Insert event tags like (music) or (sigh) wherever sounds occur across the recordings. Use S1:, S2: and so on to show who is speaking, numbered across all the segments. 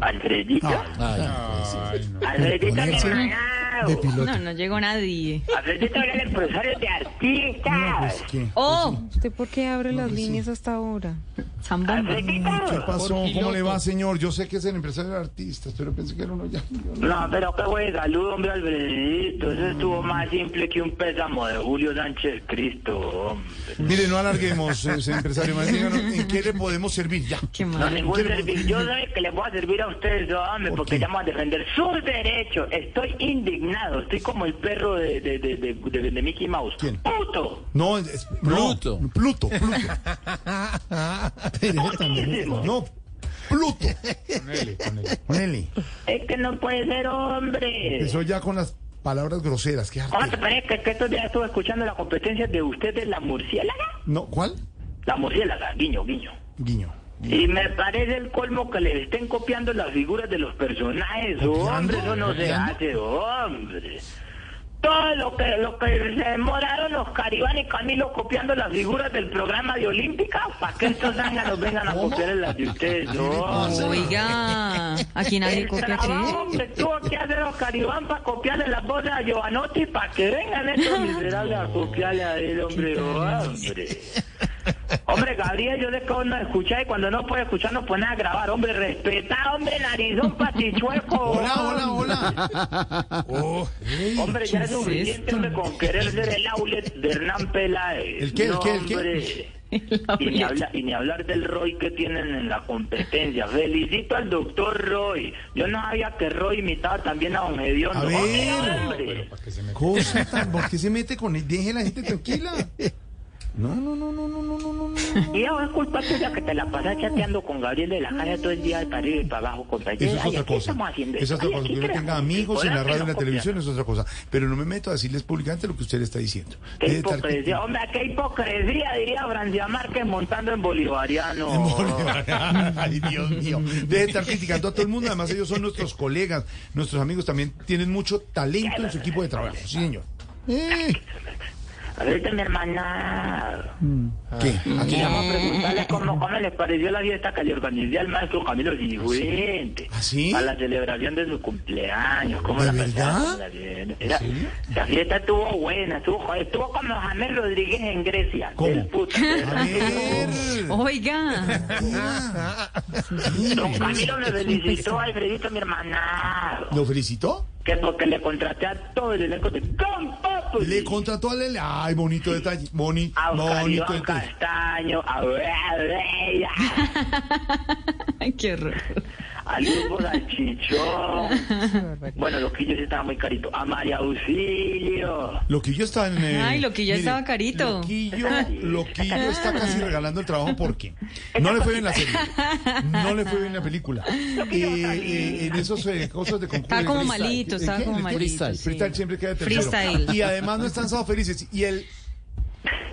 S1: Alfredito.
S2: Ay, Ah,
S1: Alfredito que
S2: Ponerse de
S1: manao.
S2: piloto.
S3: No, no llegó nadie.
S1: Pues Alfredito era el empresario de
S2: No, pues,
S1: artistas.
S2: ¿qué?
S3: ¡Oh!
S4: ¿Usted por qué abre las líneas hasta ahora?
S3: Zambomba.
S2: ¿Qué
S1: Alfredito.
S2: pasó? ¿Cómo le va, señor? Yo sé que es el empresario de artistas, pero pensé que era uno ya.
S1: No, pero qué buen saludo, hombre, Alfredito. Eso estuvo más simple que un pésamo de Julio Sánchez Cristo, hombre.
S2: Mire, no (laughs) alarguemos ese empresario. Más díganos, ¿En qué le podemos servir ya?
S3: Qué
S1: No
S3: mal.
S1: les voy a servir. Yo sé que les voy a servir a ustedes, hombre,
S2: ¿Por
S1: porque
S2: qué?
S1: ya vamos a defender sus derechos. Estoy indignado. Estoy como el perro de, de, de, de, de- de Mickey Mouse.
S2: ¿Quién?
S1: ¡Puto!
S2: No, es- no,
S5: Pluto.
S2: Pluto, Pluto. No, Pluto. Ponele.
S1: Es que no puede ser, hombre.
S2: Eso ya con las palabras groseras. Qué
S1: ¿Cómo te
S2: arte.
S1: parece que, que estos días estuve escuchando la competencia de ustedes, la murciélaga?
S2: No, ¿cuál?
S1: La murciélaga, guiño, guiño.
S2: Guiño.
S1: Y me parece el colmo que le estén copiando las figuras de los personajes, hombre, eso no se hace, hombre. Todo lo que, lo que se demoraron los Caribán y Camilo copiando las figuras del programa de Olímpica, para que estos zánganos vengan a copiar las de ustedes, hombre.
S3: Oiga, aquí nadie
S1: (laughs) El
S3: copia
S1: trabajo
S3: qué.
S1: que tuvo que hacer los Caribán para copiarle las voces a Giovanotti para que vengan
S3: (laughs)
S1: estos miserables a copiarle a él, hombre, hombre. Hombre, Gabriel, yo sé que vos no escuchás y cuando no puedes escuchar nos pones a grabar, hombre, respetá, hombre, narizón patichueco.
S2: (laughs) Hola, hola, hola. (laughs) Oh, hey.
S1: Hombre, ya es
S3: ¿Qué es
S1: suficiente,
S3: esto?
S1: hombre, con querer ser el outlet de Hernán Peláez.
S2: ¿El qué, el qué, el qué?
S1: Hombre.
S2: (laughs)
S1: Y ni, habla- y ni hablar del Roy que tienen en la competencia. Felicito al doctor Roy. Yo no sabía que Roy imitaba también a Don Hediondo. Oh,
S2: A ver.
S1: Hombre, hombre.
S2: Cosa, (laughs) tan- ¿por qué se mete con él? Deje a la gente tranquila. No, no, no, no, no, no, no, no. no.
S1: Y ahora es culpa tuya que te la pasas chateando con Gabriel de la calle todo el día de para arriba y para abajo contra
S2: Eso es
S1: Ay,
S2: otra
S1: aquí
S2: cosa.
S1: estamos haciendo
S2: Eso es
S1: esto.
S2: otra
S1: Ay,
S2: cosa.
S1: aquí
S2: Que uno
S1: creamos.
S2: tenga amigos en la
S1: Ahora
S2: radio y
S1: que
S2: en la
S1: nos
S2: televisión es otra cosa. Pero no me meto a decirles públicamente lo que usted le está diciendo.
S1: Qué
S2: Debe estar-
S1: hipocresía, hombre, qué hipocresía diría Francia Márquez montando en bolivariano.
S2: En Bolívar. (laughs) Ay, Dios mío. Deje de estar criticando a todo el mundo. Además, ellos son nuestros colegas. Nuestros amigos también tienen mucho talento en su equipo de trabajo. Sí, señor. Eh,
S1: Ahorita mi hermana.
S2: ¿Qué? ¿A
S1: Y
S2: quién
S1: vamos a
S2: llama?
S1: preguntarle cómo, cómo les pareció la fiesta que le organizé al maestro Camilo Cifuente.
S2: ¿Ah, sí?
S1: A la celebración de su cumpleaños. ¿Cómo
S2: ¿De
S1: la pasaron?
S2: verdad?
S1: Era- La fiesta estuvo buena, estuvo, joder, estuvo como James Rodríguez en Grecia.
S2: ¿Cómo?
S1: del puta.
S2: A ver.
S3: Oiga, (laughs)
S1: Don
S2: Ah.
S1: Camilo me felicitó, Alfredito, mi hermana.
S2: ¿Lo felicitó?
S1: Que porque le contraté a todo el elenco de Campo.
S2: Le contrató a Lele. Ay, bonito detalle. Boni,
S1: A Oscar
S2: bonito
S1: Iván
S2: detalle.
S1: Castaño, a Bella,
S3: qué horror.
S1: al grupo
S2: (laughs)
S1: Salchichón.
S4: Qué barbaridad.
S1: Bueno, los quillos estaban muy caritos. A María Auxilio.
S2: Loquillo está en. eh,
S3: Ay, Loquillo
S2: mire,
S3: estaba carito.
S2: Loquillo, Loquillo está casi regalando el trabajo porque no le fue bien la serie. No le fue bien la película. Eh, eh, en esos eh, cosas de concurso.
S3: Estaba
S2: de
S3: como
S2: freestyle.
S3: malito,
S2: ¿En
S3: estaba
S2: qué?
S3: como
S2: ¿En qué?
S3: malito,
S2: Freestyle.
S3: sí.
S2: Freestyle siempre queda de tercero.
S3: Freestyle.
S2: Y además no están sábado felices. Y el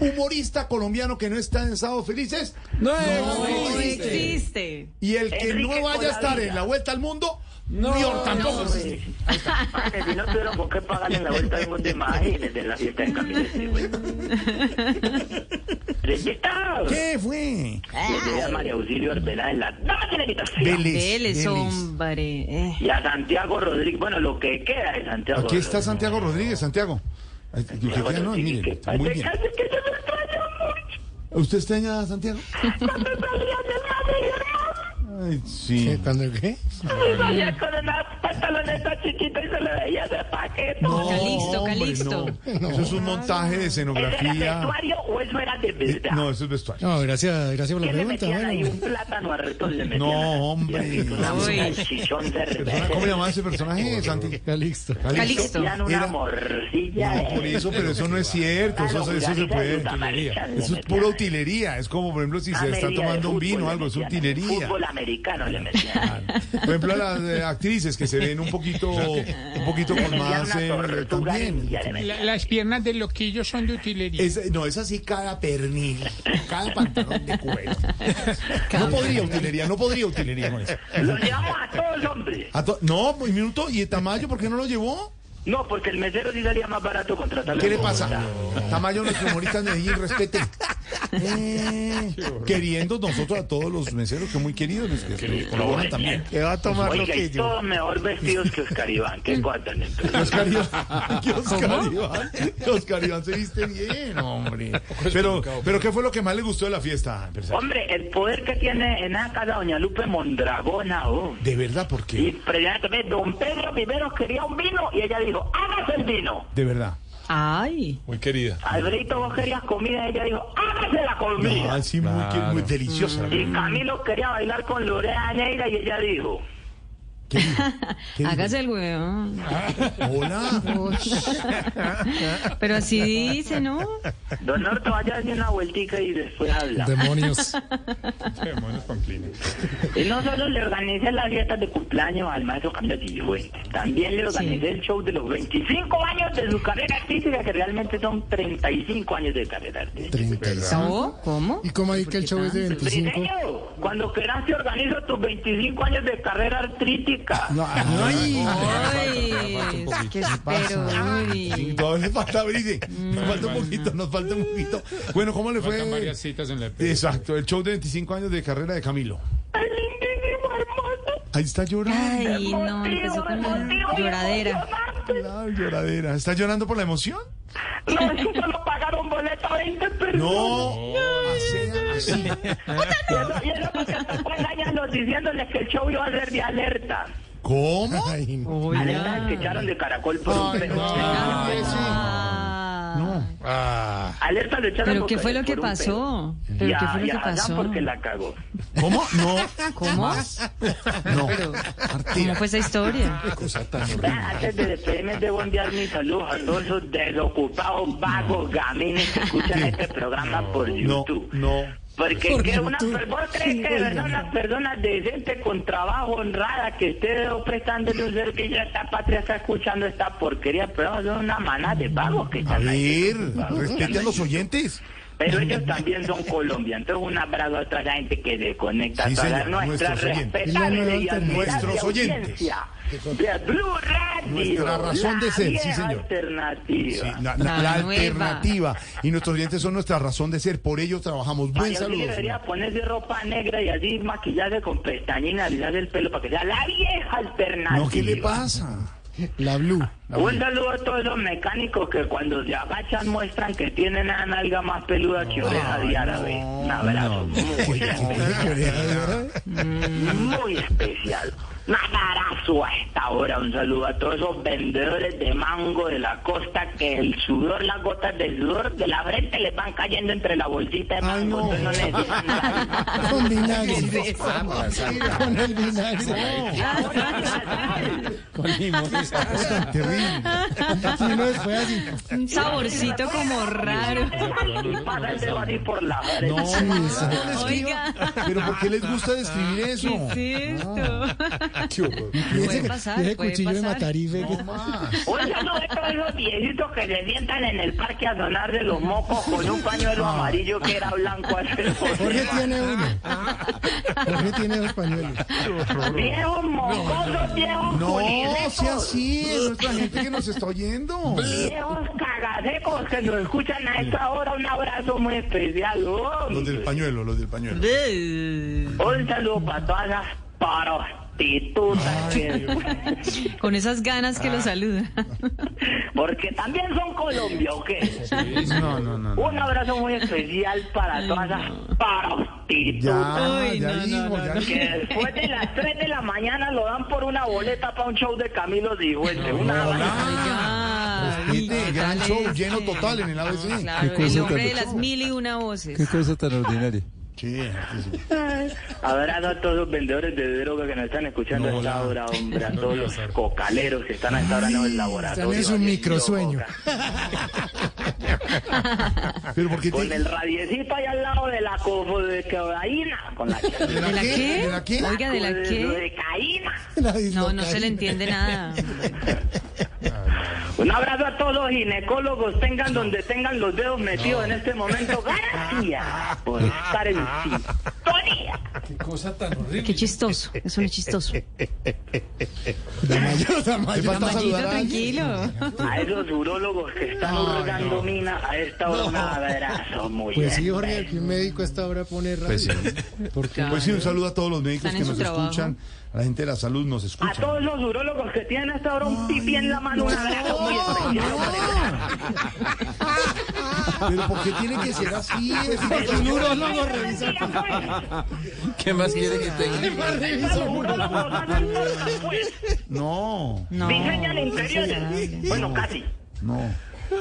S2: humorista colombiano que no está en sábado felices. No,
S3: No existe.
S2: Y el que
S1: Enrique
S2: no vaya a estar
S1: Colavida.
S2: en la vuelta al mundo, no, tampoco. existe.
S1: Madre, Pues, si no tuvieron por qué pagarle la vuelta de monte imágenes de la fiesta de Camilo
S2: (laughs)
S1: Reyeta.
S2: ¿Qué fue?
S1: Le a María Auxilio Arbeláez la dama de la invitación.
S2: Vélez.
S3: Vélez,
S2: Vélez.
S3: hombre. eh.
S1: Y a Santiago Rodríguez. Bueno, lo que queda de Santiago
S2: Aquí está
S1: Rodríguez.
S2: Santiago Rodríguez, Santiago. Ay, que- que- que- no,
S1: Rodríguez,
S2: mire,
S1: que-
S2: muy bien.
S1: que- que- que- que- que-
S2: ¿Usted está allá, Santiago? Ay, sí.
S1: que- salía con una pantaloneta chiquita y se le veía de paquete.
S3: Calixto,
S2: hombre,
S3: Calixto.
S2: no. Eso es un montaje de
S1: ¿Eso era (laughs)
S2: escenografía.
S1: vestuario o eso era de
S2: Eh,
S1: verdad?
S2: No, eso es vestuario.
S6: No, gracias, gracias por
S1: ¿Qué
S6: la
S1: le
S6: pregunta.
S1: metían ahí?
S6: Bueno,
S1: Un plátano a retos le metían.
S2: No, hombre.
S1: Una
S3: Uy.
S1: salchichón de
S2: Persona-
S1: repente.
S2: ¿Cómo llamaba ese personaje, Santi?
S6: Calixto.
S3: Calixto.
S1: Metían una
S2: Era-
S1: morcilla.
S2: No, por eso, pero eso no es cierto. Eso, eso se puede. Eso es pura utilería. Es como, por ejemplo, si
S1: Ah,
S2: se está tomando un vino o algo, es utilería. Ah,
S1: Fútbol americano le
S2: (laughs)
S1: metían.
S2: Por ejemplo, a las eh, actrices que se ven un poquito, un poquito
S1: Le
S2: con
S1: metían
S2: más
S1: una
S2: eh,
S1: tortuga
S2: también.
S1: ninja, le metían.
S7: La- las piernas del loquillo son de
S5: Eh,
S7: utilería.
S2: Es- no, es así cada pernil, cada pantalón de cuero. No podría utilería, no podría utilería con eso.
S1: Lo llevamos a todos, hombre.
S2: A to- no, un minuto, ¿y Tamayo por qué no lo llevó?
S1: No, porque el mesero sí salía más barato contratarlo.
S2: ¿Qué le
S1: en
S2: pasa?
S1: Bogotá.
S2: Tamayo, nuestro humorista de Medellín, respete. Eh, queriendo nosotros a todos los meseros, que muy queridos, los que colaboran también.
S5: Que va a tomar
S1: Pues, Oiga, y
S5: loquillo.
S1: todos mejor vestidos que Oscar Iván. ¿Qué cuentan entonces?
S2: Oscar Iván, que Oscar Iván, que Oscar Iván se viste bien, hombre. Pero, pero ¿qué fue lo que más le gustó de la fiesta? Ah, empresario?
S1: Hombre, el poder que tiene en esa casa doña Lupe Mondragona, oh.
S2: De verdad, ¿por
S1: Y
S2: qué?
S1: precisamente don Pedro Viveros quería un vino y ella dijo, hágase el vino.
S2: De verdad.
S3: Ay.
S6: Muy querida.
S1: Alberito, vos querías comida y ella dijo, hágase la comida.
S2: No, sí, muy,
S6: Claro.
S2: muy deliciosa.
S1: Y Camilo quería bailar con Lorea Neira y ella dijo,
S2: ¿Qué dijo? ¿Qué dijo?
S3: Hágase el huevón.
S2: Hola.
S3: (laughs) Pero así dice, ¿no?
S1: Don Norto, vaya a hacer una vueltica y después habla.
S5: Demonios.
S6: Demonios con Kleenex.
S1: Y no solo le organiza las fiestas de cumpleaños al maestro Camilo Cifuentes, también le organiza el show de los 25 años de su carrera artística, que realmente son 35 años de carrera artística.
S5: 35.
S3: ¿No? ¿Cómo?
S5: ¿Y cómo hay que el show es de 25?
S1: Briseño, cuando quieras te organizo tus 25 años de carrera artística.
S5: No, ay,
S3: Ay, qué espero.
S2: Sí,
S3: uy.
S2: Todavía le falta Brice.
S1: Mm,
S2: Nos falta un poquito, nos falta un poquito. Bueno, ¿cómo le
S7: Faltan
S2: fue?
S7: varias citas en la EPS.
S2: Exacto, el show de 25 años de carrera de Camilo.
S1: Ay, lindísimo, hermoso.
S2: Ahí está llorando.
S3: Ay, no, empezó con la lloradera.
S2: Claro, lloradera. ¿Está llorando por la emoción?
S1: No, es que solo pagaron boleta a 20 personas.
S2: No. Así, así.
S1: Y eso- y eso porque están engañando diciéndoles que el show iba a ser de alerta.
S2: ¿Cómo?
S5: ay, no.
S1: Alerta es que echaron de caracol por un
S7: Ay,
S1: peo.
S7: no, eso.
S3: Ah,
S2: Ah.
S1: Alerta lo echaron
S3: Pero
S1: por-
S3: ¿qué fue lo
S1: por
S3: que
S1: un peo.
S3: pasó?
S1: Y
S3: ¿Pero
S1: a-
S3: qué fue lo
S1: y
S3: que
S1: a Adán
S3: pasó?
S1: porque la cagó.
S2: ¿Cómo? No.
S3: ¿Cómo?
S2: No.
S3: ¿Cómo fue esa
S2: (laughs)
S3: historia?
S2: Qué cosa tan
S1: Vean,
S2: horrible.
S1: Antes de despedirme, debo enviar mis saludos a todos esos desocupados, vagos, gamines que escuchan este programa por
S2: No,
S1: YouTube.
S2: no.
S1: Porque
S5: Por
S1: que una,
S5: YouTube.
S1: ¿vos crees que de verdad una persona decente con trabajo honrada que esté prestándole un servicio a esta patria está escuchando esta porquería? Pero son una manada de vagos que
S2: A
S1: están ahí.
S2: ver, respete a los oyentes.
S1: Pero ellos también son colombianos. Entonces un abrazo a toda la gente que se conecta,
S2: Sí,
S1: a toda
S2: señor,
S1: nuestra
S2: nuestros oyentes.
S5: Es la
S1: respetable
S5: nueva
S1: y admirable
S2: Nuestros oyentes.
S1: audiencia de Blue Radio.
S2: Nuestra razón de ser, sí,
S1: vieja
S2: señor. Sí,
S1: alternativa.
S2: la, la-
S3: La
S2: la
S3: nueva.
S2: alternativa. Y nuestros oyentes son nuestra razón de ser. Por ello trabajamos.
S1: Ay,
S2: Buen
S1: alguien
S2: saludo.
S1: debería
S2: señor.
S1: ponerse ropa negra y así maquillarse con pestañinas y darle el pelo para que sea la vieja alternativa.
S2: No, ¿qué le pasa?
S5: la blue. (laughs)
S1: Un saludo a todos los mecánicos que cuando se agachan muestran que tienen la nalga más peluda que oreja de árabe. Un abrazo. Muy,
S5: (laughs)
S1: muy especial. Un abrazo a esta hora. Un saludo a todos esos vendedores de mango de la costa que el sudor, las gotas de sudor de la frente les van cayendo entre la bolsita de
S2: Ay,
S1: mango.
S2: no.
S1: Entonces no necesitan nalga.
S5: Con vinagre. Con el vinagre.
S2: Tan terrible.
S5: Si no después así.
S3: Un saborcito como raro.
S1: Y pasa el dedo así por la pared.
S2: No, no les
S3: Oiga,
S2: Pero ¿por qué les gusta describir eso?
S3: ¿qué es esto?
S5: Ese,
S3: pasar,
S5: ese
S3: puede
S5: cuchillo de
S3: pasar.
S5: matarife. que-
S1: Un saludo a todos los viejitos que se sientan en el parque a sonar de los mocos con un pañuelo amarillo que era blanco hace
S5: Jorge tiene uno. Jorge tiene dos pañuelos.
S1: Viejos mocosos, viejos
S2: No,
S1: culinetos,
S2: sea así, es nuestra gente que nos está oyendo.
S1: Viejos cagadecos que nos escuchan a esta hora. Un abrazo muy especial. hombre.
S2: Los del pañuelo, los del pañuelo.
S1: Un saludo para todas las prostitutas. que-
S3: Con esas ganas que lo saluda.
S1: Porque también son Colombia, ¿o qué?
S2: No, no, no. no.
S1: Un abrazo muy especial para todas las prostitutas.
S2: Ya,
S3: Uy,
S2: ya
S3: no, no,
S2: digo,
S3: no,
S2: ya
S3: no.
S2: digo.
S1: Que después de las 3 de la mañana lo dan por una boleta para un show de Camilo Cifuentes. Una
S3: Oiga,
S2: Este
S3: ¿y qué
S2: gran
S3: tal
S2: show
S3: este?
S2: lleno total en el ABC.
S3: Claro,
S8: Qué
S3: el
S8: cosa
S3: hombre
S8: tan-
S3: de las mil y una
S8: Qué
S3: voces.
S8: cosa tan ordinaria.
S2: Sí, sí, sí.
S1: Abrazo a todos los vendedores de droga que nos están escuchando a esta hora, hombre.
S5: (laughs)
S1: A todos los cocaleros que están a esta hora en el laboratorio.
S5: Están en su
S1: haciendo
S5: microsueño.
S1: coca.
S2: Pero ¿por qué
S1: Con
S2: te...
S1: el radiecito ahí al lado de la codecaína.
S5: (laughs)
S1: Con la
S2: ¿De
S3: ¿De la qué?
S2: ¿De la qué?
S3: Oiga, ¿de la qué?
S1: codecaína.
S3: No,
S5: La
S3: no se
S5: dislocaína.
S3: le entiende nada.
S1: Un abrazo a todos los ginecólogos, tengan donde tengan los
S5: (laughs)
S1: dedos metidos en este momento. Gracias por estar en sintonía
S5: Qué cosa tan horrible.
S3: Qué chistoso. Eso no es chistoso.
S5: Tamayo, tamayo.
S2: Te falta
S3: Mayito,
S2: saludar a alguien.
S3: tranquilo.
S1: A esos urólogos que están
S5: Ay,
S1: hurgando
S5: no.
S1: mina a esta hora un abrazo muy
S5: Pues sí, Jorge,
S1: bien.
S5: aquí un médico a esta hora pone radio.
S2: Pues sí.
S5: Porque
S2: Pues sí, un saludo a todos los médicos
S3: Están
S2: que
S3: en su
S2: nos
S3: trabajo.
S2: escuchan, a la gente de la salud nos
S1: A
S2: escucha.
S1: todos los urólogos que tienen a esta hora un pipí en la mano, un abrazo muy especial.
S2: Pero ¿por qué tiene que ser
S3: (laughs)
S2: así?
S5: porque un urólogo revisa.
S1: Mentira,
S7: ¿Qué más quiere que tenga?
S5: Más
S1: pues.
S5: revisa
S1: Los
S5: uno.
S1: urólogos hacen cosas, pues.
S2: No,
S3: No.
S1: Diseñan interiores.
S3: desagradable.
S1: Bueno, casi.
S2: no.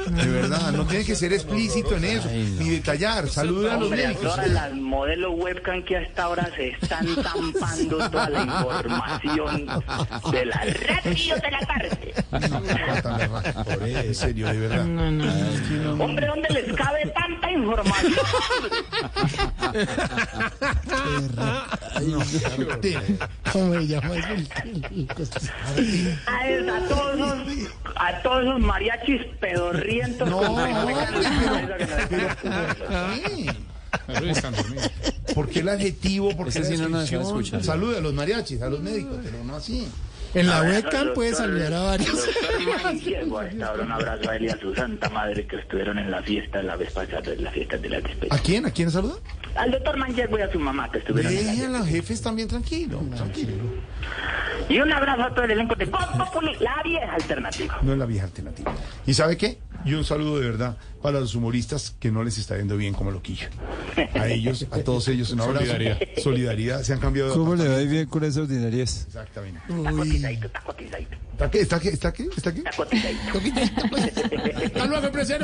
S2: De verdad, no tiene que ser explícito en eso, ni detallar. Saluda a los
S1: Hombre,
S2: médicos.
S1: ahora las modelos webcam que a esta hora se están tampando toda la información de la radio de la tarde.
S2: No, me faltan las rajas. En serio, de verdad.
S3: No, no, no.
S1: Hombre, ¿dónde les cabe tanta información?
S5: ¿Cómo se llama eso? El-
S1: A, esa- a todos los, a todos los mariachis pedorrientos
S2: No,
S1: con rejuegan
S2: hombre,
S1: en la cabeza (laughs) que nos-
S2: ¿Por qué el adjetivo? ¿Por qué
S7: Ese
S2: la
S7: sí no nos deja
S2: descripción?
S7: escuchar.
S2: Saluda a los mariachis, a los médicos, pero no así.
S5: En la
S1: Abrazo,
S5: webcam puedes
S1: doctor-
S5: saludar
S1: (laughs)
S5: a varios.
S1: doctor
S5: (laughs)
S1: Maniego, a esta hora un abrazo a él y a su santa madre que estuvieron en la fiesta la vez pasada, en la fiesta de la
S2: ¿A
S1: despedida.
S2: quién? ¿A quién saluda?
S1: Al doctor Maniego y a su mamá que estuvieron en la
S2: Dejen a los jefes también tranquilo, tranquilo.
S1: Y un abrazo a todo el elenco de Voz Populi, la vieja alternativa.
S2: No es la vieja alternativa. ¿Y sabe qué? Y un saludo de verdad para los humoristas que no les está yendo bien como loquillo. A ellos, a todos ellos, un abrazo.
S6: Solidaridad.
S2: Solidaridad. Se han cambiado de
S8: ¿Cómo le va a ir bien con esas ordinarias?
S2: Exactamente.
S1: Está cotizadito, está cotizadito,
S2: ¿Está qué? ¿Está qué? ¿Está qué? ¿Está qué?
S1: está cotizadito. (laughs)
S2: Hasta luego, empresario.